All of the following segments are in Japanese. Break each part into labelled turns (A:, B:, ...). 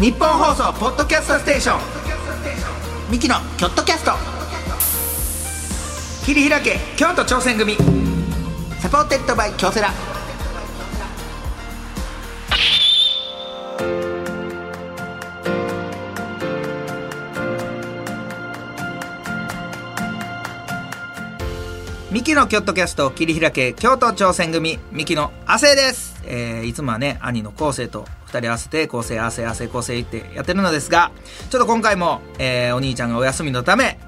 A: 日本放送ポッドキャストステーションミキのキョットキャスト切り開け京都挑戦組サポーテッドバイ京セラミキのキョットキャスト切り開け京都挑戦組ミキの亜生です、えー、いつもはね兄の昴生と二人合わせて昴生亜生亜生昴生ってやってるのですがちょっと今回も、えー、お兄ちゃんがお休みのため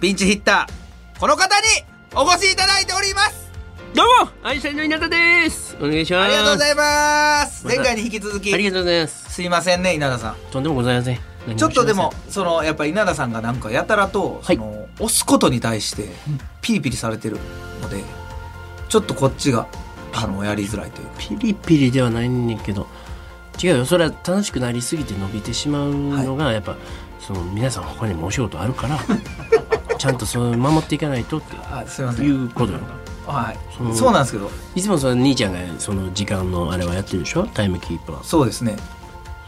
A: ピンチヒッターこの方にお越しいただいております
B: どうも愛車の稲田ですお願いします
A: ありがとうございます
B: また
A: 前回に引き続き
B: ありがとうございます
A: すいませんね稲田さん
B: とんでもございません何
A: ちょっとでも
B: し
A: そのやっぱり稲田さんがなんかやたらと、
B: はい
A: その押すことに対してピリピリされてるのでちょっとこっちがあのやりづらいというか
B: ませんピリピリではないねんけど違うよそれは楽しくなりすぎて伸びてしまうのがやっぱ、その皆さん他にもお仕事あるから ちゃんとその守っていかないとって
A: あすいませ
B: い
A: ん
B: うことよ
A: は
B: その
A: いそうなんですけど
B: いつもその兄ちゃんがその時間のあれはやってるでしょタイムキーパー
A: そうですね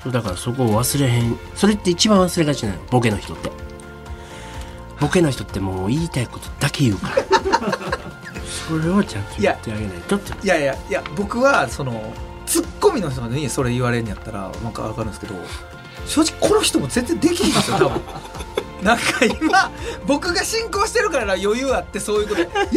B: そうだからそこを忘れへんそれって一番忘れがちなのボケの人ってボケの人ってもう言いたいことだけ言うからそれをちゃんと言ってあげないとって
A: いやいやいや僕はそのツッコミの人にそれ言われるんやったらなんか分かるんですけど正直この人も全然できないんですよ多分なんか今僕が進行してるから余裕あってそういうことやって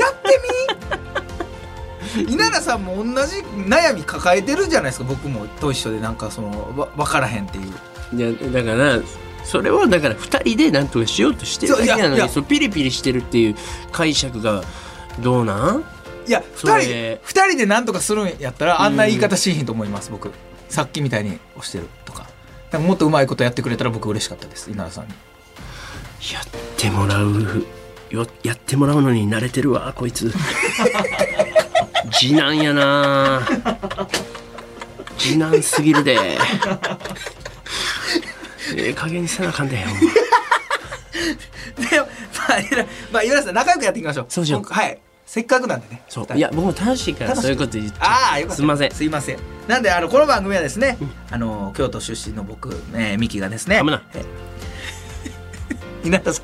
A: み稲田さんも同じ悩み抱えてるじゃないですか僕もと一緒でなんかそのわ分からへんっていう
B: いやだからそれをだから2人で何とかしようとしてるだけな
A: そう
B: の
A: いやい
B: に
A: や
B: そうピリピリしてるっていう解釈がどうなん
A: いや
B: そ
A: 2
B: れ
A: 人二人で何とかするんやったらあんな言い方しひんと思います僕さっきみたいに押してるとかなんかもっとうまいことやってくれたら僕嬉しかったです稲田さんに。
B: やってもらうよやってもらうのに慣れてるわこいつ 次男やな次男すぎるでええ加減にせなあかんでほんま
A: でまあ、いらまあ、いらさん仲良くやっていきましょう。
B: そうしよう
A: 今回はい。せっかくなんでね。
B: そ
A: 二
B: う
A: 人
B: いや。僕も楽しいから
A: 楽しい
B: そういうこと言っち
A: ああ、
B: ゃ
A: よ
B: う
A: かった。
B: すいません
A: すいません。なんで、あの、この番組はですね、あの、京都出身の僕、えー、ミキがですね。
B: ダメだ
A: え。 稲田さん。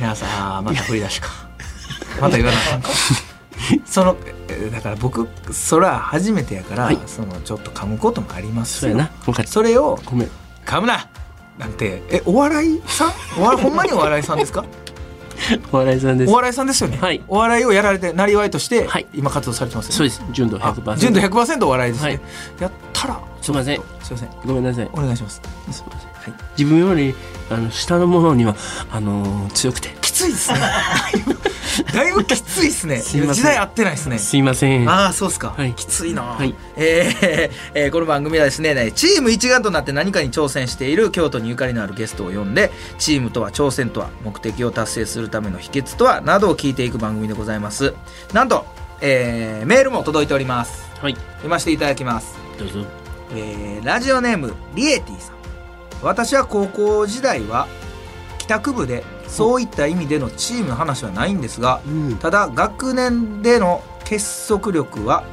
A: 稲田さん、また振り出しか。 また言わなあかんか。その、えーだから僕、そら初めてやから、
B: はい
A: その、ちょっと噛むこともあります
B: そう
A: よ
B: やな今回
A: それを、
B: ごめん
A: 噛むななんて、え、お笑いさんお笑いほんまにお笑いさんですか
B: お笑いさんです
A: お笑いさんですよね、
B: はい
A: お笑いをやられてなりわいとして
B: はい
A: 今活動されてますよね、
B: そうです純度
A: あ
B: 100%
A: 純度100%お笑いですね、
B: はい
A: やったら
B: すいません
A: すいません
B: ごめんなさい
A: お願いします
B: すいません
A: はい
B: 自分よりあの下のものにはあのー強くて
A: きついです ねだいぶきついですね
B: すいませ
A: 時
B: ん
A: 代合ってないですね
B: すいません
A: ああそうっすか、
B: はい
A: きついな、
B: はい
A: えー えーこの番組はですねチーム一丸となって何かに挑戦している京都にゆかりのあるゲストを呼んでチームとは挑戦とは目的を達成するための秘訣とはなどを聞いていく番組でございますなんと、えーメールも届いております
B: はい
A: 読ませていただきます、
B: どうぞ
A: えーラジオネームリエティさん私は高校時代は帰宅部でそういった意味でのチームの話はないんですが
B: うん
A: ただ学年での結束力は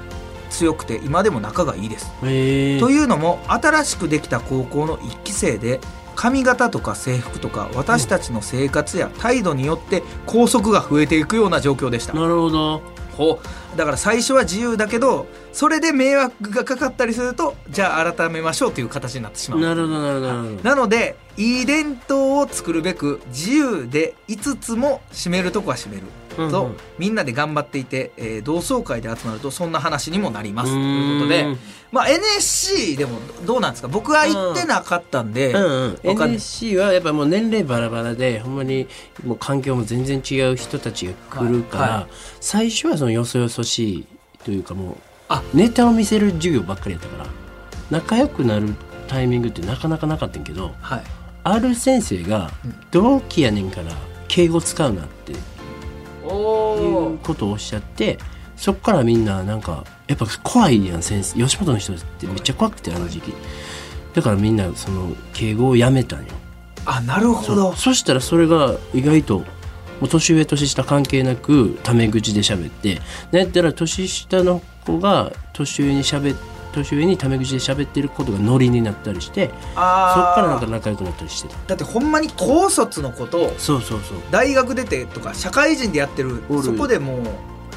A: 強くて今でも仲がいいです
B: えー
A: というのも新しくできた高校の1期生で髪型とか制服とか私たちの生活や態度によって校則が増えていくような状況でした
B: なるほど
A: ほうだから最初は自由だけどそれで迷惑がかかったりするとじゃあ改めましょうという形になってしまう
B: なるほどなるほどなるほど
A: なのでいい伝統を作るべく自由で5つも締めるとこは締める
B: うんうん
A: と、みんなで頑張っていて、えー同窓会で集まるとそんな話にもなりますと
B: うーん
A: いうことで、まあ、NSC でもどうなんですか僕は行ってなかったんで、
B: うんうん、
A: わかんない
B: NSC はやっぱもう年齢バラバラでほんまにもう環境も全然違う人たちが来るから、
A: はいは
B: 最初はそのよそよそしいというかもう
A: あ
B: ネタを見せる授業ばっかりやったから仲良くなるタイミングってなかなかなかったんやけど
A: はい、
B: ある先生が
A: うん
B: 「同期やねんから敬語使うな」ってい
A: お
B: う
A: お
B: ことをおっしゃってそっからみんななんかやっぱ怖いやん先生吉本の人ってめっちゃ怖くてあの時期だからみんなその敬語をやめたんよ
A: あなるほ
B: そ
A: ど
B: うそしたらそれが意外ともう年上年下関係なくタメ口で喋ってなんやったら年下の子が年上に喋っ年上にタメ口で喋ってることがノリになったりしてそ
A: あー
B: っからなんか仲良くなったりしてた
A: だってほんまに高卒のことを
B: そうそうそう
A: 大学出てとか社会人でやってる
B: おる
A: そこでもう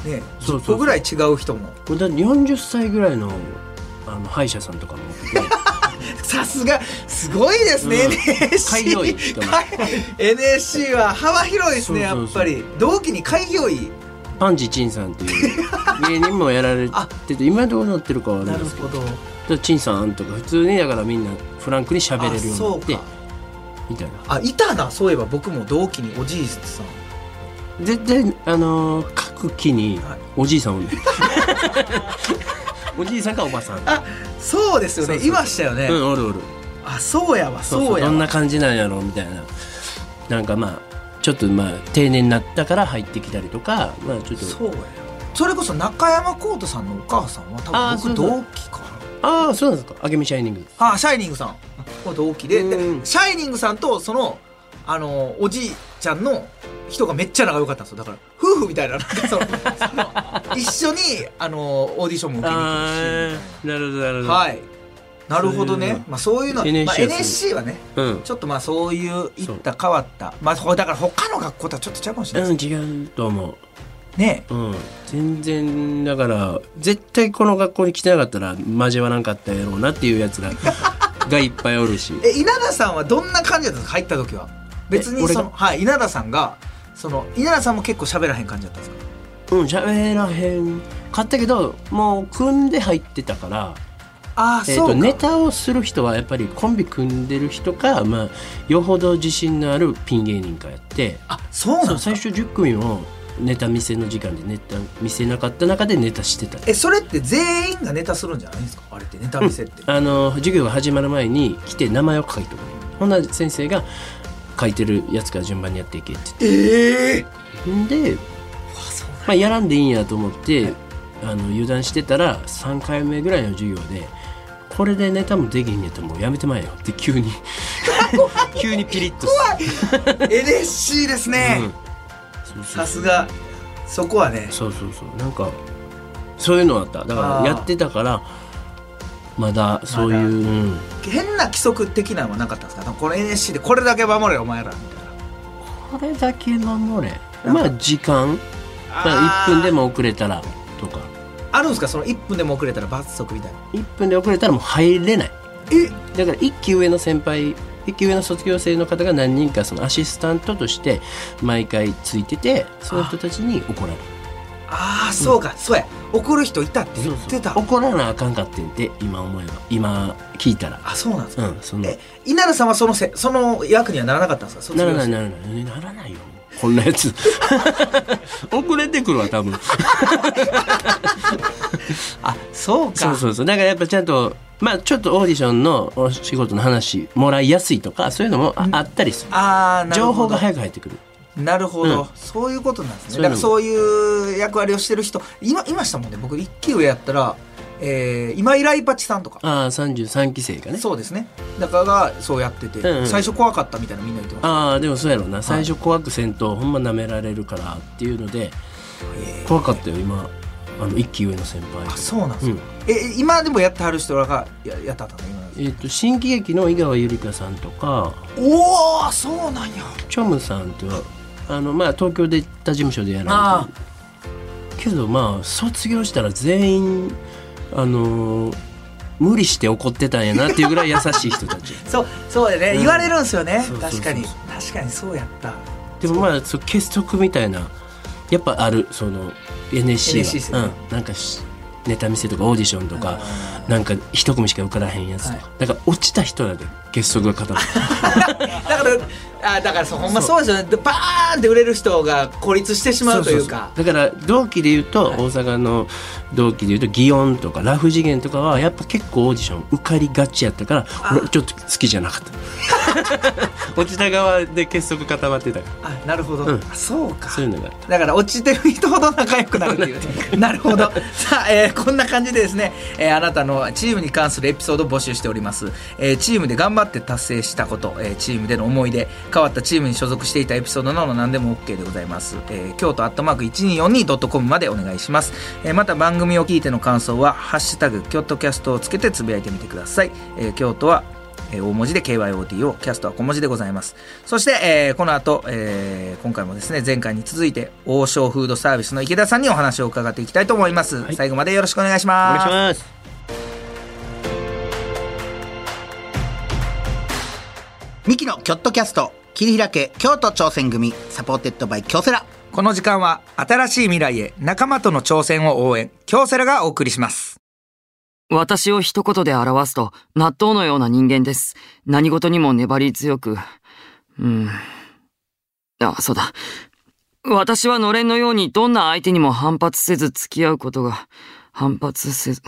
A: ね
B: そうそうそう
A: 10個ぐらい違う人も
B: これだって40歳ぐらいのあの歯医者さんとか も
A: さすがすごいですね、
B: うん
A: NSC
B: 開業医って思う
A: はい NSC は幅広いですね
B: そうそうそう
A: やっぱり同期に開業医
B: パンジチンさんっていう芸人もやられてて今どうなってるかはあれ
A: な
B: で
A: る
B: すけ
A: ほ
B: ど
A: ど
B: だからチンさんとか普通にだからみんなフランクに喋れるようにな
A: あ
B: っ
A: そう
B: て
A: か
B: みたいな
A: あいたなそういえば僕も同期におじいさん
B: 絶対あのー各期に
A: はい
B: おじいさんおんねん おじいさんかおばさん
A: あそうですよね
B: そうそうそう
A: いましたよね、
B: うんおるおる
A: あそうやわそうやわ
B: どんな感じなんやろうみたいななんかまあちょっとまあ定年になったから入ってきたりとかまあちょっと
A: そうやそれこそ中山浩二さんのお母さんは
B: あ
A: 多
B: そう
A: 分僕
B: そ
A: 同
B: う
A: 期かな
B: ああそうなんですかあけみシャイニング
A: あシャイニングさんは同期で
B: う
A: で
B: ん
A: シャイニングさんとそのあのおじいちゃんの人がめっちゃ仲良かったんですよだから夫婦みたいななんかその その一緒にあのオーディションも受けに行くし
B: あなるほどなるほど
A: はいなるほど
B: そういう
A: ね
B: の
A: まあそういうの
B: NSC
A: まあ、
B: やつ
A: NSC はね
B: うん
A: ちょっとまあそういういった変わったまあほだから他の学校とはちょっと違うかもしれない
B: うん
A: で
B: 違うと思
A: すね
B: ううん全然だから絶対この学校に来てなかったら交わらんかったやろうなっていうやつ ががいっぱいおるし
A: え稲田さんはどんな感じだったんですか入った時は別
B: え
A: に
B: 俺
A: そ
B: が
A: の、はい、稲田さんがその稲田さんも結構喋らへん感じだったんですか
B: うん喋らへんかったけどもう組んで入ってたから
A: ああ
B: えー、
A: そう
B: と
A: か
B: ネタをする人はやっぱりコンビ組んでる人か、まあ、よほど自信のあるピン芸人かやって
A: あそうなん
B: そ
A: で
B: う
A: すか
B: 最初10組をネタ見せの時間でネタ見せなかった中でネタしてた
A: えそれって全員がネタするんじゃないんですかあれってネタ見せって、
B: あの授業が始まる前に来て名前を書いてくれほんなら先生が書いてるやつから順番にやっていけって
A: ええ
B: 言ってんで、
A: あそう
B: まあ、やらんでいいんやと思ってあの油断してたら3回目ぐらいの授業で「これでネタもできへんやったらもうやめてまえよ」って急に急にピリッとして。
A: NSC ですね
B: うん
A: さすがそこはね
B: そうそうそうなんかそういうのあっただか
A: あー
B: らやってたからまだそういう、うん
A: 変な規則的なのはなかったんですかこの NSC でこれだけ守れお前らみたいな
B: これだけ守れ
A: なんか
B: まあ時間まあ
A: あー
B: 1分でも遅れたらとか
A: あるんですかその1分でも遅れたら罰則みたいな
B: 1分で遅れたらもう入れない
A: え
B: だから1期上の先輩1期上の卒業生の方が何人かそのアシスタントとして毎回ついててその人たちに怒られる
A: ああそうか、そうや怒る人いたって言ってた
B: そうそう怒らなあかんかってんて今思えば今聞いたら
A: あそうなんですか、
B: うんその
A: え稲田さんはそのせその役にはならなかったんですか卒
B: な
A: 業
B: らな
A: 生
B: いならないならないよこんな やつ 遅れてくるわ多分
A: あそうか
B: そうそうそうだからやっぱちゃんとまあちょっとオーディションのお仕事の話もらいやすいとかそういうのもあ,、ったりする
A: ああなるほど
B: 情報が早く入ってくる
A: なるほど、
B: うん
A: そういうことなんです
B: そ
A: ねだか
B: ういう
A: ら
B: の
A: そういう役割をしてる人今いましたもんね僕一期上やったら、えー、今井来チさんとか、
B: ああ33期生がね
A: そうですねだからそうやってて、
B: うんうん
A: 最初怖かったみたいなみんな言ってまし
B: ああでもそうやろうな最初怖くせんとほんま舐められるからっていうので怖かったよ今あの一期上の先輩
A: たあそうなんです
B: う
A: か、
B: ん
A: え今でもやってはる人らがややったったの今
B: えっ、と新喜劇の井川由里香さんとか
A: おおそうなんや
B: チョムさんとはあのまあ東京で他事務所でやら
A: あ
B: れてるけどまあ卒業したら全員あのー無理して怒ってたんやなっていうぐらい優しい人た ち
A: そうそうだね、
B: うん
A: 言われるんですよね
B: そうそうそうそう
A: 確かに確かにそうやった
B: でもまあそう結束みたいなやっぱあるその NSC は
A: NSC ですね
B: うん、なんかしネタ見せとかオーディションとかなんか一組しか受からへんやつとか、だから落ちた人らで結束が固まる
A: だからあだからそうほんまそうですよねでバーンって売れる人が孤立してしまうというか
B: そうそうそうだから同期で言うと、大阪の同期で言うと祇園とかラ フ次元とかはやっぱ結構オーディション受かりがちやったから俺ちょっと好きじゃなかった落ちた側で結束固まってたか
A: あなるほど、
B: うん
A: あそうから
B: そういうのがあった
A: だから落ちてる人ほど仲良くなるっていう。なるほど。さあ、えーこんな感じでですね、えーあなたのチームに関するエピソードを募集しております。えーチームで頑張って達成したこと、えーチームでの思い出、変わったチームに所属していたエピソードなど何でも OK でございます。えー、京都アットマーク 1242.com までお願いします。えーまた番組を聞いての感想は、ハッシュタグ、京都キャストをつけてつぶやいてみてください。えー京都はえー大文字で KYOT をキャストは小文字でございますそして、えーこの後、えー今回もですね前回に続いて王将フードサービスの池田さんにお話を伺っていきたいと思います、
B: はい
A: 最後までよろしくお願いし
B: お
A: ます
B: 願いします
C: ミキのキョットキャスト切り開け京都挑戦組サポーテッドバイ京セラ
A: この時間は新しい未来へ仲間との挑戦を応援京セラがお送りします
D: 私を一言で表すと、納豆のような人間です。何事にも粘り強く。うん。あ、そうだ。私はのれんのようにどんな相手にも反発せず付き合うことが、反発せず。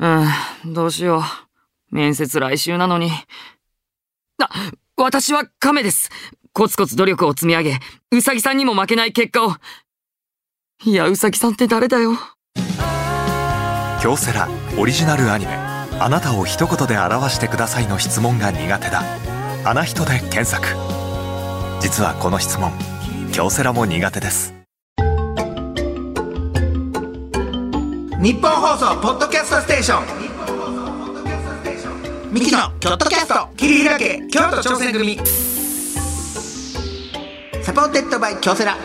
D: うん、どうしよう。面接来週なのに。あ、私は亀です。コツコツ努力を積み上げ、うさぎさんにも負けない結果を。いや、うさぎさんって誰だよ。
E: 京セラオリジナルアニメ「あなたを一言で表してください」の質問が苦手だ「あな人」で検索実はこの質問京セラも苦手です
A: 日本放送ポッドキャストステーションミキのキョットキャスト切り開け京都挑戦組
C: サポーテッドバイ京セラ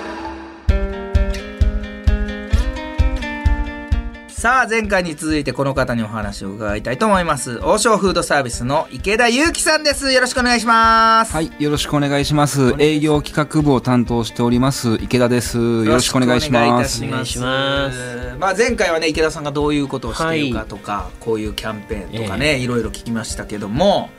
A: さあ前回に続いてこの方にお話を伺いたいと思います王将フードサービスの池田裕樹さんですよろしくお願いします
F: はい、よろしくお願いします。営業企画部を担当しております池田です。よろしくお願いします。
A: よろしくお
B: お
A: 願い
B: 願い
A: いた
B: し
A: しますまあ前回はね池田さんがどういうことをしているかとか、こういうキャンペーンとかね、いろいろ聞きましたけども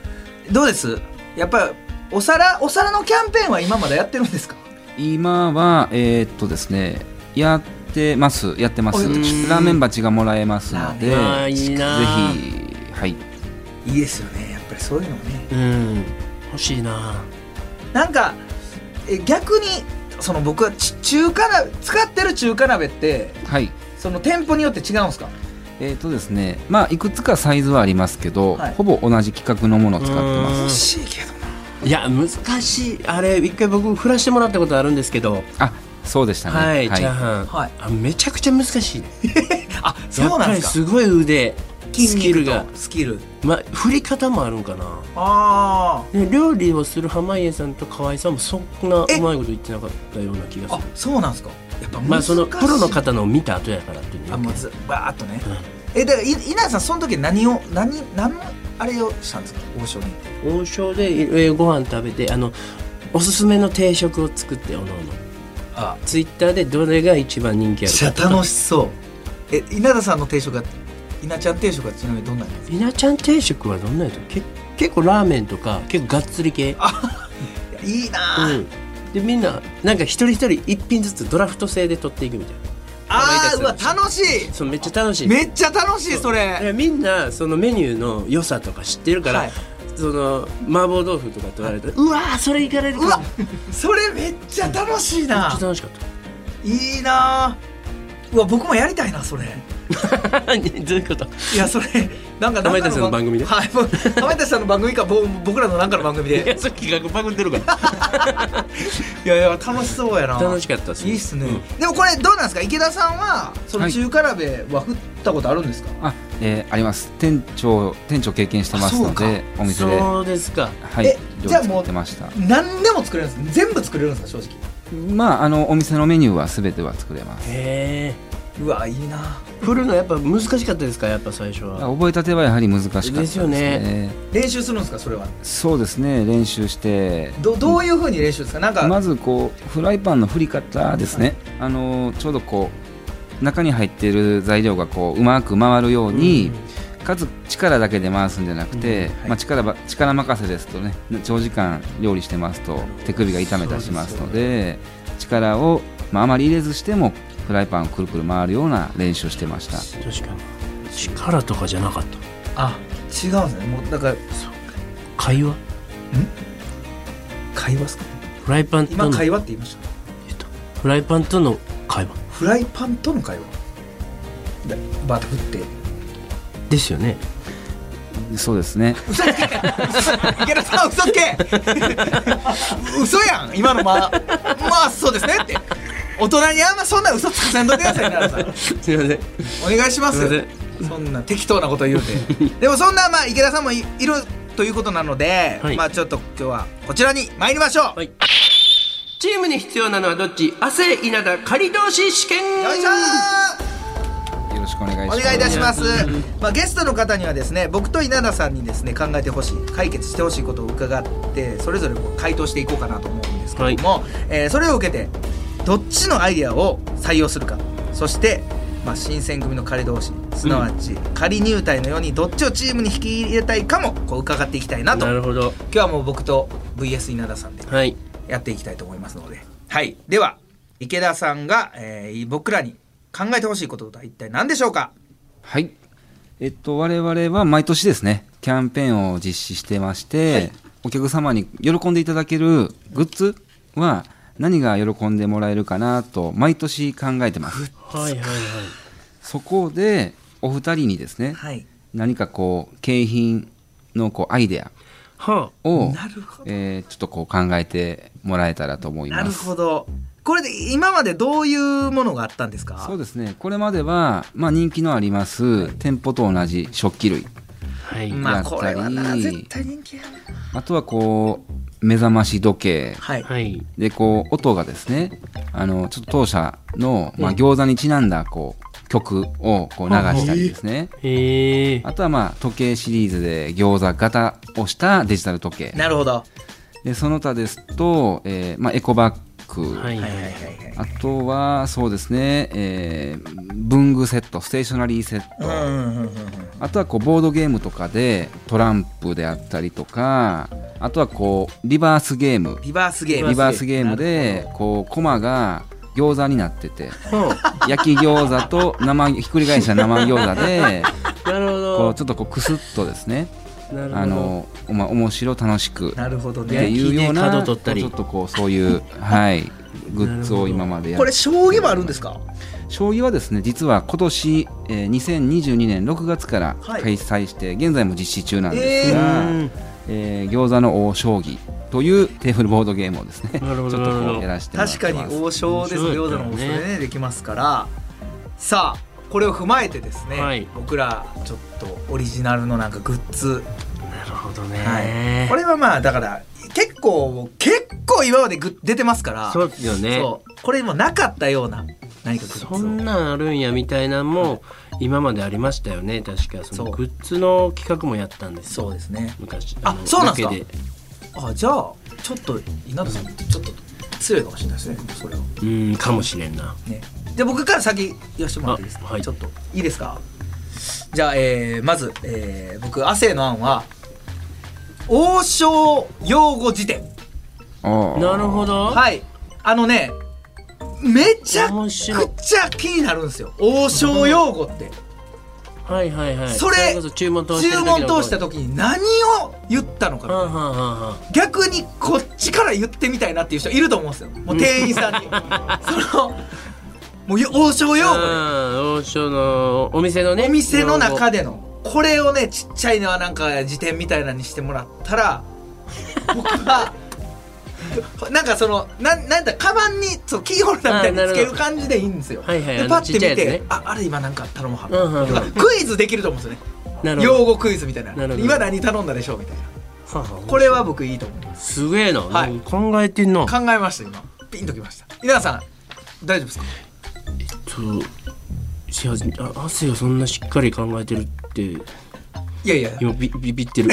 A: どうですやっぱお皿お皿のキャンペーンは今まだやってるんですか
F: 今はえーっとですね、やってます、やってます。ラーメン鉢がもらえますので、ぜ
B: あーいい
F: ひ
B: なー
F: はい。
A: いいですよねやっぱりそういうのもね
B: うん欲しいな
A: なんかえ逆にその僕はち中華鍋使ってる中華鍋って
F: はい。
A: その店舗によって違うんですか
F: えーっとですね、まあいくつかサイズはありますけど、
A: はい
F: ほぼ同じ企画のものを使ってま
B: うん
F: す。
A: 欲しいけど
B: いや難しいあれ一回僕振らしてもらったことあるんですけど
F: あ、そうでしたね。
B: はい、チャーハン、
A: はい
B: あめちゃくちゃ難しい
A: あそうなんで
B: やっぱり
A: すか
B: すごい腕スキルが
A: 筋肉とスキル
B: まあ振り方もあるんかな
A: あ
B: で料理をする濱家さんと河合さんもそんなうまいこと言ってなかったような気が
A: ああ
B: する
A: そうなんですかやっぱ難しい
B: まあそのプロの方のを見た後やからっていう
A: あ
B: の
A: も
B: は
A: うずバーっとねえだからい稲田さんその時何を何何のあれをしたんですか王将に
B: 王将でえーご飯食べてあのおすすめの定食を作っておのおの
A: あ
B: ツイッターでどれが一番人気あるか
A: 楽しそうえ稲田さんの定食が稲ちゃん定食はちなみにどんなんですか
B: みなちゃん定食はどんなやつけ結構ラーメンとか結構がっつり系
A: いいな
B: う
A: あ、
B: ん、でみんななんか一人一人一品ずつドラフト制で取っていくみたい
A: あ
B: か
A: ーう
B: わ
A: わ
B: いいです
A: 楽し
B: なそうめっちゃ楽し
A: い
B: い
A: めっちゃ楽しいそ
B: だか
A: れ
B: らみんなそのメニューの良さとか知ってるから、
A: はい
B: その麻婆豆腐とかって言われたら、うわーそれいかれるか
A: う
B: も
A: わそれめっちゃ楽しい
B: め
A: な
B: っちゃ楽しかっ
A: いいなあうわ僕もやりたいなそれ
B: た どういうこと
A: いや それなんか
B: かの番かまいたちさんの番組で
A: はいもうかまいたちさんの番組かぼ僕らのなんかの番組
B: い
A: で
B: やそれ企画パクってるから
A: いやいや楽しそうやな
B: 楽しかったです
A: いいっすね、でもこれどうなんですか池田さんはその
F: はい
A: 中華鍋は振ったことあるんですか、
F: あ、えーあります。店長店長経験してますので、お店で、は
B: そうですか
F: い、
A: え
F: 料
A: じゃあ
F: 理
A: もう
F: 作ってました。
A: 何でも作れるんです全部作れるんですか正
F: まあ、あのお店のメニューは全ては作れます
B: へえ
A: 直うわいいな
B: 振るのやっぱ難しかったですかやっぱ最初は
F: 覚えたてはやはり難しかったですね
B: ですよね
A: 練習するんですかそれは
F: そうですね練習して
A: どどういうふうに練習ですかなんか、
F: まずこうフライパンの振り方ですね、あのちょうどこう中に入っている材料がこううまく回るように、数力だけで回すんじゃなくて、まあ、力ば力任せですとね長時間料理してますと手首が痛めたりしますので力を、まあ、あまり入れずしてもフライパンをくるくる回るような練習をしてました
B: 確かに力とかじゃなかった
A: あ違うんですねもうだから
B: 会話
A: 会話っすか
B: フライパンと
A: 今
B: の
A: 会話って言いました
B: えっとフライパンとの会話
A: フライパンとの会話でバーッと振って
B: ですよね
F: そうですね
A: 嘘つけ池田さん嘘つ け嘘やん今のまあまあそうですねって大人にあんまそんな嘘つかせんとってくださいねあなた
B: すいません
A: お願いします
B: すいま
A: そんな適当なこと言う てでもそんなまあ池田さんもいいるということなので、
B: はい
A: まあちょっと今日はこちらに参りましょう、
B: はいチームに必要なのはどっち汗稲田仮同士試験
A: よいしょー
F: よろしくお願いし
A: お
F: ます
A: 願いいたします。まあゲストの方にはですね、僕と稲田さんにですね考えてほしい、解決してほしいことを伺って、それぞれこう回答していこうかなと思うんですけども、えーそれを受けてどっちのアイデアを採用するか、そしてまあ新選組の仮同士、すなわち仮入隊のようにどっちをチームに引き入れたいかもこう伺っていきたいなと。
B: な
A: 今
B: るほど
A: 日はもう僕と VS 稲田さんで
B: はい
A: やっていきたいと思いますので、はい。では池田さんが、えー僕らに考えてほしいこととは一体何でしょうか。
F: はい。えっと、我々は毎年ですね、キャンペーンを実施してまして、お客様に喜んでいただけるグッズは何が喜んでもらえるかなと毎年考えてます。
B: はいはいはい
F: そこで、お二人にですね、
A: はい。
F: 何かこう、景品のこうアイデア
B: は
F: を、
A: なるほど。
F: えーちょっとこう考えてもらえたらと思い
A: な
F: ま
A: る
F: す。
A: ほど。これで今までどういうものがあったんですか。
F: そうですね。これまでは、まあ人気のあります、店舗と同じ食器類。
B: あはい
A: まあこれは
F: やった
A: な
F: り
A: 絶対人気やな。
F: あとはこう、目覚まし時計。
A: はい。
B: はい
F: でこう音がですねあのちょっと当社の、まあ、餃子にちなんだこう曲をこう流したりですね
B: へえ
F: あとはまあ時計シリーズで餃子型をしたデジタル時計
A: なるほど。は
F: でその他ですと、えーまあ、エコバッグ、
B: はい
A: い
B: は
A: はい
B: い
A: はいはい。
F: あとはそうですね、えー文具セットステーショナリーセッ
A: う
F: ト、
A: んうんうんうん。
F: あとはこうボードゲームとかでトランプであったりとかあとはこうリバースゲーム
A: リバースゲーム。
F: リバースゲームでこうコマが餃子になってて
B: ほ
F: 焼き餃子と生ひっくり返した生餃子で
B: うなるほ
F: こ
B: ど
F: うちょっとこうクスッとですね
B: なるほど
F: あのおま面白楽しくっ
A: なるほど
F: て
A: ね。
F: いうような
B: 角
F: ちょ
B: 取ったり
F: っとこうそういうはいグッズを今までや
A: これ
F: る
A: 将棋もあるんですか。
F: 将棋はですね実は今年、えー2022年6月から
A: はい
F: 開催して現在も実施中なんです
B: う
F: が、
B: ん
F: えー餃子の王将棋というテーブルボードゲームをですねち
B: なる
F: ょ
B: ほ
F: っ
B: ど
F: と
B: なる
F: こ
B: ほ
F: う
B: ど
F: やらせてもらっ
A: 確か
F: てま
A: に
F: す
A: 王将です。
B: 面
A: 餃
B: 白
A: 子
B: いか
A: の
B: らね
A: 王将でねできますから。さあ。これを踏まえてですね、
B: はい
A: 僕らちょっとオリジナルのなんかグッズ、
B: なるほど
A: はい、
B: ね
A: これはまあだから結構結構今までグッ出てますから
B: そうですよね
A: そうこれもなかったような何かグッ
B: そ
A: ズ
B: ん
A: を
B: なんあるんやみたいなんも今までありましたよね確かそ
A: そ
B: の
A: う
B: グッズの企画もやったんですよ
A: そうですね
B: 昔
A: あ
B: の
A: そうなんすか
B: ロケで
A: あじゃあちょっと稲田さんちょっと強いかもしれないですねそれは
B: うんかもしれんな
A: ねじゃあ僕から先言わせてもらっていいですか、
B: あはい
A: ちょっといいですかじゃあ、えーまず、えー僕亜生の案は王将用語辞典
F: あー
B: なるほど
A: はいあのねめちゃく
B: 面
A: ち
B: 白い
A: ゃ気になるんですよ王将用語って
B: はいはいはい
A: それ
B: こ注文通してる
A: 注
B: 時
A: 文
B: の声
A: 通した時に何を言ったのかみ
B: は
A: たい
B: あ
A: な
B: はあはあは
A: 逆にこっちから言ってみたいなっていう人いると思うんですよもう店員さんに そのもう王将用語
B: あうん王将のお店の
A: で
B: ね
A: お店の中
B: で
A: でのこれをねちっちゃいのはなんか辞典みたいなのにしてもらった ら僕はなんかそのなんなんだカバンにそうキーホルダーみたいにつける感じでいいんですよ
B: はいはいあ
A: で
B: の
A: パッて見
B: ちっちゃいや
A: て
B: つね
A: ああれ今なんか頼もうは
B: うんうんうん
A: とかクイズできると思うんですよね
B: なるほ
A: 用
B: ど
A: 語クイズみたいな
B: なるほど
A: 今何頼んだでしょうみたいな
B: はあはあ
A: これは僕いいと思います
B: すげえな、
A: はい
B: 考えてんな
A: 考えました今ピンときました稲田さん大丈夫ですか
B: そう幸せあ汗がそんなしっかり考えてるって
A: いやいやい
B: 今ビビビ ってる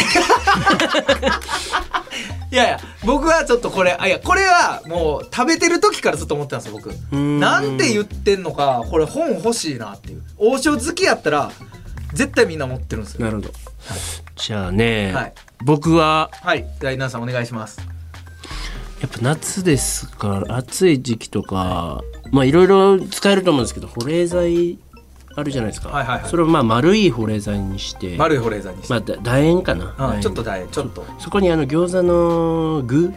A: やいや僕はちょっとこれあいやこれはもう食べてる時からずっと思ってたんですよ僕
B: ん
A: なんて言ってんのかこれ本欲しいなっていう王将好きやったら絶対みんな持ってるんですよ
B: なるほどじゃあね、
A: はい
B: 僕は
A: はいじゃあ稲田さんお願いします
B: やっぱ夏ですから暑い時期とか、まあいろいろ使えると思うんですけど保冷剤あるじゃないですか、
A: はいはいはい
B: それをまあ丸い保冷剤にして
A: 丸い保冷剤にして、
B: まあ、だ楕円かな楕
A: うん
B: 円
A: ちょっとだいちょっと
B: そこにあの餃子の具、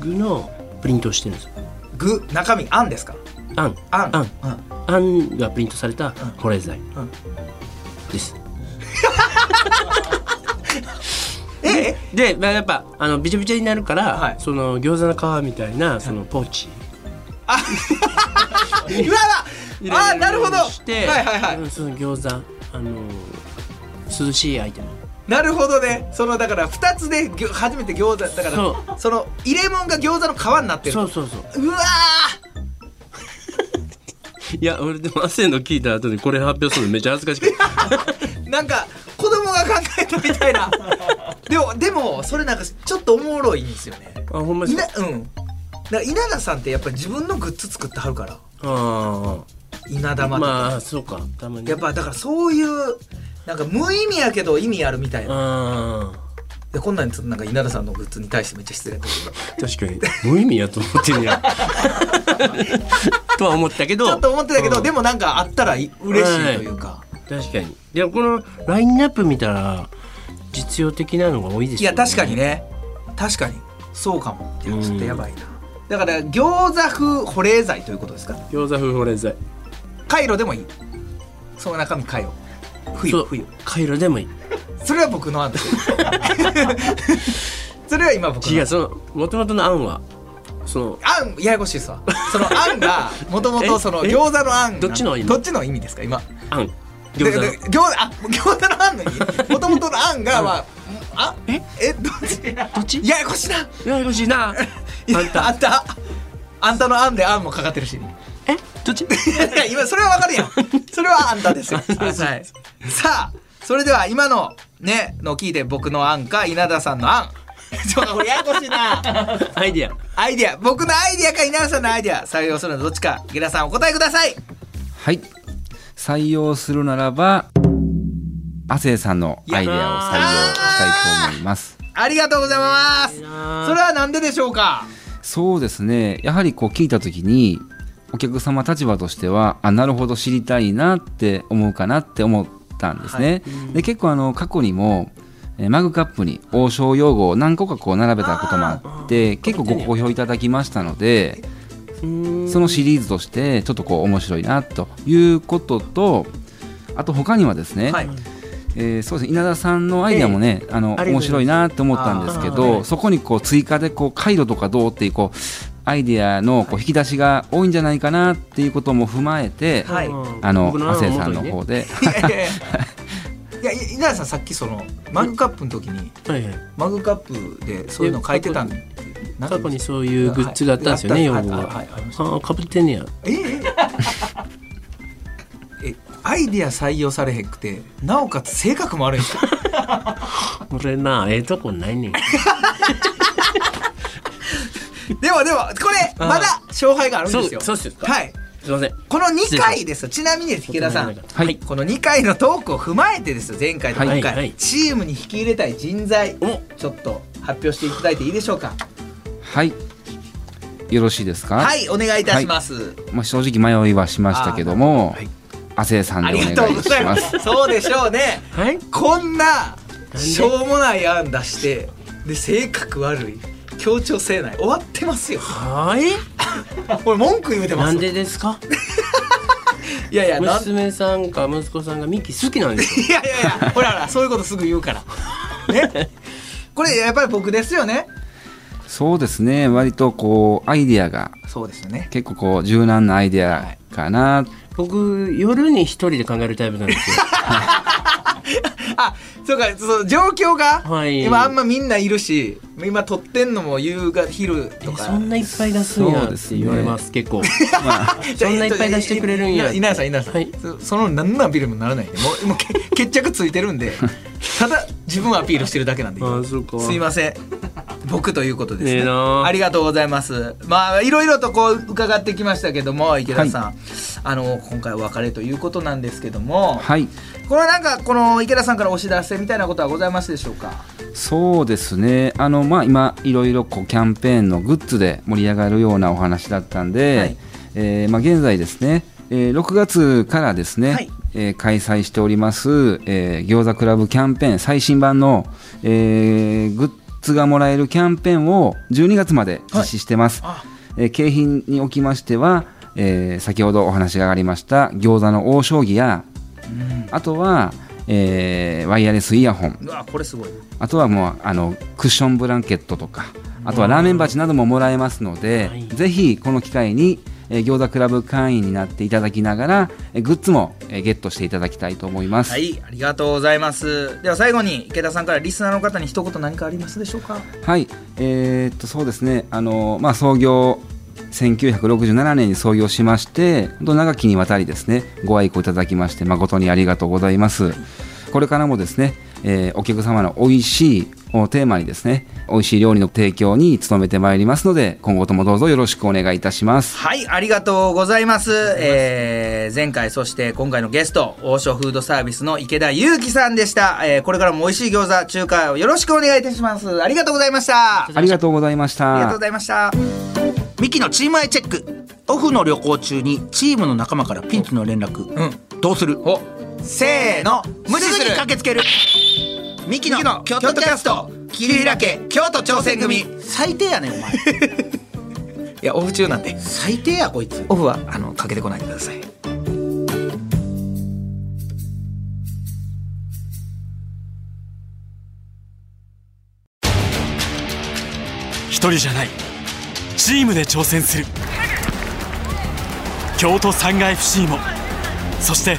B: 具のプリントをしてるんですよ
A: 具中身あんですか
B: あん
A: あん
B: あん
A: うん
B: あんがプリントされた保冷剤
A: ん
B: です、
A: え
B: で、まあ、やっぱあのびちょびちょになるから、
A: はい
B: その餃子の皮みたいなそのポーチ
A: えうわうわあーなるほどは
B: し
A: い
B: て
A: はいはい
B: その餃子あの涼しいアイテム
A: なるほどねそのだから2つでぎょ初めて餃子だから
B: そ
A: その入れ物が餃子の皮になってる
B: そううそうそう
A: わ
B: いや俺でも汗の聞いた後にこれ発表するのめっちゃ恥ずか しかっ
A: ーなんか子供が考えたみたい なでもでもそれなんかちょっとおもろいんですよね
B: たあほんまで
A: い
B: すか
A: なうんだから稲田さんってやっぱり自分のグッズ作ってはるから
B: あ
A: 稲
B: あ
A: 玉とか、
B: まあそうかたまに
A: やっぱだからそういうなんか無意味やけど意味あるみたいな
B: ああ
A: でこんなんになんか稲田さんのグッズに対してめっちゃ失礼だけど
B: 確かに 無意味やと思ってるや んとは思ったけど
A: ちょっと思ってたけど、でもなんかあったらい嬉しいというか、
B: 確かにでもこのラインナップ見たら実用的なのが多いです
A: い
B: よ
A: や
B: ね
A: 確かにね確かにそうかもってちょっとやばいなだから餃子風保冷剤ということですか
B: 餃子風保冷剤
A: カイロでもいいその中身カイロ冬
B: そう
A: 冬
B: カイロでもいい
A: それは僕の案です それは今僕
B: 違
A: の
B: うその元々の案はその
A: 案ややこしいっすわその案がもともとその
B: ええ
A: 餃子の案
B: どっちの意味
A: どっちの意味ですか今
B: 案
A: で
B: 餃子
A: で餃子あ餃子の案の意味もともとの案がまああ
B: え
A: えどっち
B: どっち
A: ややこしいな
B: ややこしいなあん
A: あ
B: た
A: んたあんたの案で案もかか ってるし
B: えど っち
A: いやいや今それはわかるやん それはあんたですよ、はい、さあそれでは今のねの聞いて僕の案か稲田さん の案ちょっとこれややこしいな
B: アイディア
A: アイディア僕のアイディアか稲田さんのアイディア採用するのどっちかゲラさんお答えください
F: はい採用するならば亜生さんのアイデアを採用したいと思います
A: ありがとうございますそれは何ででしょうか
F: そうですねやはりこう聞いた時にお客様立場としてはあなるほど知りたいなって思うかなって思ったんですね、で結構あの過去にもえーマグカップに王将用語を何個かこう並べたこともあって結構ご好評いただきましたのでそのシリーズとしてちょっとこう面白いなということとあと他にはですね、
A: はい
F: えーそうですね稲田さんのアイデアもね、あ
B: ありがとう
F: の
B: ございます
F: 面白いなって思ったんですけど、そこにこう追加でこう回路とかどうっていうこうアイデアのこう引き出しが多いんじゃないかなっていうことも踏まえて、
A: はい
F: あの
B: 僕の
F: 亜
B: 案は
F: 生さ
B: 元
F: ん
B: にね
F: の方 で、
A: いやいやいやいや稲田さんさっきそのマグカップの時に
B: はいはい
A: マグカップでそういうの書いてたんで
B: 過去にそういうグッズがあったんですよね、
A: はい
B: 用語が。
A: はいはいはい
B: ああ、かぶってんねや。
A: えええアイディア採用されへんくてなおかつ性格も悪いん ですよ
B: 俺な、ええとこないねん。
A: でもでもこれまだ勝敗があるんですよ
B: そうそうですか
A: はい
B: すいません。
A: この2回ですよちなみにです池田さん
B: は
F: はい、
A: この2回のトークを踏まえてですよ前回と今回、
B: はいはい
A: チームに引き入れたい人材ちょっと発表していただいていいでしょうか
F: はい、よろしいですか、
A: はいお願いいたします、
F: まあ、正直迷いはしましたけども亜生、さん
A: あ
F: でお
A: りがと
F: 願
A: うご
F: いし
A: ざいま
F: ます
A: すそうでしょうね
B: はい。
A: こんな
B: で
A: しょうもない案出してで性格悪い協調性ない終わってますよ
B: はい。
A: これ文句言うてま
B: な
A: す
B: んでですか。
A: いやいやなんい
B: 娘さんか息子さんがミキ好きなんですよ。
A: やいやい やほらほらそういうことすぐ言うからねこれやっぱり僕ですよね
F: そうですね割とこうアイデアが
A: そうですよね
F: 結構こう柔軟なアイデアかな、
B: 僕、夜に一人で考えるタイプなんですよ。
A: あそうかそう状況が、
B: はい
A: 今あんまみんないるし今撮ってんのも夕方昼と
B: え
A: か
B: そんないっぱい出すんや
F: そう
B: っ
F: です
B: て
F: ね
B: 言われます、結構。
A: じゃあ
B: そんないっぱい出してくれるんや
A: い稲田さん稲田さん、
B: はい
A: そその何のアピールにもならないんでもうもうけ決着ついてるんでただ自分をアピールしてるだけなんで
B: あそうか
A: すいません僕ということです
B: え
A: ね
B: えなあ
A: ありがとうございますまあいろいろとこう伺ってきましたけども池田さん、あの今回お別れということなんですけども、
F: はい
A: これはなんかこの池田さんからお知らせみたいなことはございますでしょうか
F: そうですねあの、まあ、今いろいろこうキャンペーンのグッズで盛り上がるようなお話だったんで、
A: はい
F: えーまあ、現在ですねえー6月からですね、
A: はい
F: えー開催しております、えー餃子クラブキャンペーン最新版の、えーグッズがもらえるキャンペーンを12月まで実施してます、
A: あ
F: えー景品におきましては、えー先ほどお話がありました餃子の大将棋や、あとは、えーワイヤレスイヤホン
A: うわこれすごい
F: あとはもうあのクッションブランケットとかあとはラーメン鉢などももらえますので、
B: はい
F: ぜひこの機会に、えー、餃子クラブ会員になっていただきながら、えーグッズも、えーゲットしていただきたいと思います、
A: はいありがとうございますでは最後に池田さんからリスナーの方に一言何かありますでしょうか
F: はい、えーっとそうですね、あのまあ創業1967年に創業しまして、本当長きにわたりですね、ご愛顧いただきまして誠にありがとうございます。これからもですね、えーお客様の美味しいをテーマにですね、美味しい料理の提供に努めてまいりますので、今後ともどうぞよろしくお願いいたします。
A: はい、ありがとうございます。えー前回、そして今回のゲスト、王将フードサービスの池田裕樹さんでした。えーこれからも美味しい餃子、中華をよろしくお願いいたします。ありがとうございました。あり
F: ありがとうございました。
A: がとうございました。
C: ミキのチームアイチェックオフの旅行中にチームの仲間からピンチの連絡、
A: うん
C: どうする
A: お、せーの、無視
C: す
A: す
C: ぐ
A: る
C: に駆けつけるミキの京都キャスト桐平家京都挑戦組最低やねんお前
A: いや、オフ中なんで。
C: 最低やこいつ
A: オフは、あの、かけてこないでください。
G: 一人じゃないチームで挑戦する京都サンガ FC もそして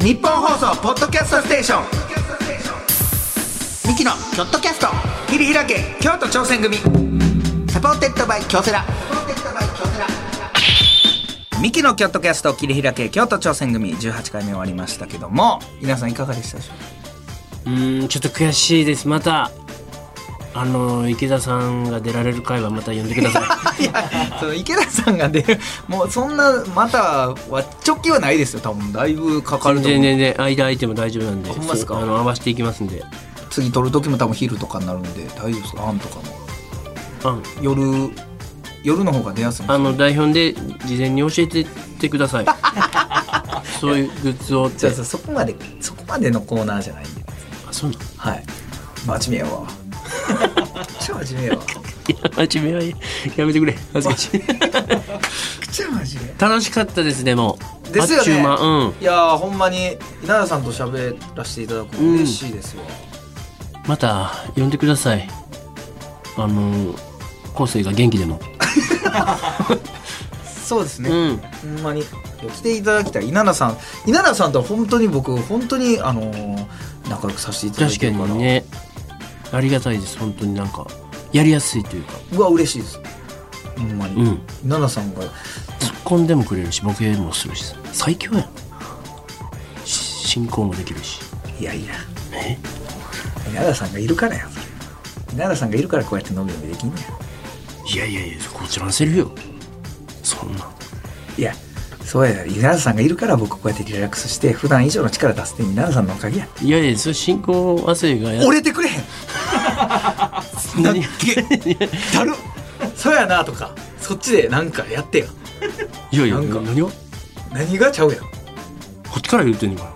C: 日本放送ポッドキャストステーションミキの京都キャスト桐平家京都挑戦組サポーテッドバイ京セラ
A: ミキのキョットキャスト、切り開け、京都挑戦組、18回目終わりましたけども、皆さんいかがでしたでしょうか
B: うーんちょっと悔しいですまたあの池田さんが出られる回はまた呼んでく ださ
A: いや、 その池田さんが出る、もうそんな、または、直近はないですよ、多分。だいぶかか
B: い
A: ると思
B: 全
A: う。
B: 然全然間空いても大丈夫なんで
A: ほんまっすか
B: あの合わせていきますんで
A: 次撮る時も多分昼とかになるんで、大丈夫ですか、あんとかも。
B: あ
A: 夜、夜の方が出やすいんです
B: あ
A: よ
B: の代表で事前に教えてってく ださいそういうグッズをっ
A: じ
B: て
A: ゃあそこまで、そこまでのコーナーじゃないんで。
B: あそうなの
A: はい。真面目 やわ。超真面目やわ。
B: いや真面目はやめてくれ恥ずかしい
A: くちゃ真面目。
B: 楽しかったですねもう
A: ですよね
B: あっちゅう間うん
A: いやーほんまに稲田さんと喋らせていただくの嬉しいですわ、
B: また呼んでくださいあの後世が元気でも
A: そうですね、
B: うん
A: ほんまに来ていただきたい稲田さん稲田さんとは本当に僕本当にあのー仲良くさせていただい
B: 確
A: て
B: か
A: るから
B: にねありがたいです本当になんかやりやすいというか
A: うわ嬉しいですほんまに、
B: うん
A: 稲田さんが
B: 突っ込んでもくれるしボケもするしさ最強やんし進行もできるし
A: いやいや稲田さんがいるからや稲田さんがいるからこうやって飲み飲みできんねや
B: いやいやいやこちらのせるよそんない
A: やそうや稲田さんがいるから僕こうやってリラックスして普段以上の力出すって稲田さんのおかげや
B: いやいやそれ進行汗がや
A: 折れてくれへん
B: 何が
A: だるそうやなとかそっちでなんかやってよ
B: いやいや
A: なんか
B: 何を
A: 何がちゃうやんい
B: こっちから言うてんのか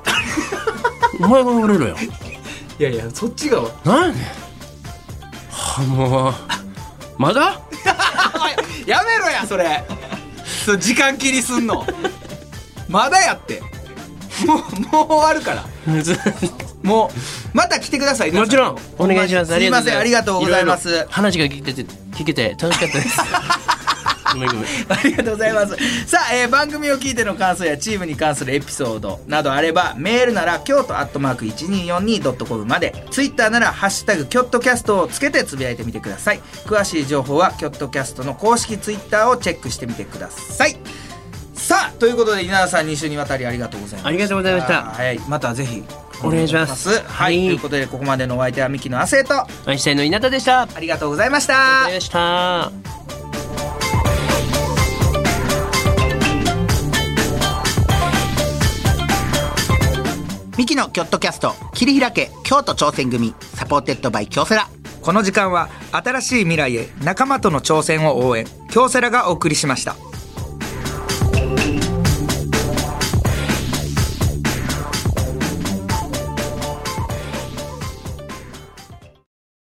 B: な お前が俺らや
A: やいやそっちが
B: 何やねんはあもうまだ
A: やめろやそれそう時間切りすんのまだやってもうもう終わるからもうまた来てください
B: もちろんお願いします。
A: すいませんありがとうございます
B: ろろ話が聞けて聞けて楽しかったです。ごめんごめん
A: ありがとうございます。さあ、えー番組を聞いての感想やチームに関するエピソードなどあれば、メールなら、京都アットマーク 1242.com まで、ツイッターなら、ハッシュタグ、キョットキャストをつけてつぶやいてみてください。詳しい情報は、キョットキャストの公式ツイッターをチェックしてみてください。さあ、ということで、稲田さん、2週にわたりありがとうございました。
B: ありがとうございました
A: はい、またぜひ、
B: お願いします
A: はい、
B: はい
A: ということで、ここまでのお相手は、ミキの亜生と、
B: 愛したいの稲田でした
A: ありがとうございました。
B: でした
C: ミキのキョットキャスト切り開け京都挑戦組サポーテッドバイ京セラ
A: この時間は、新しい未来へ仲間との挑戦を応援、京セラがお送りしました。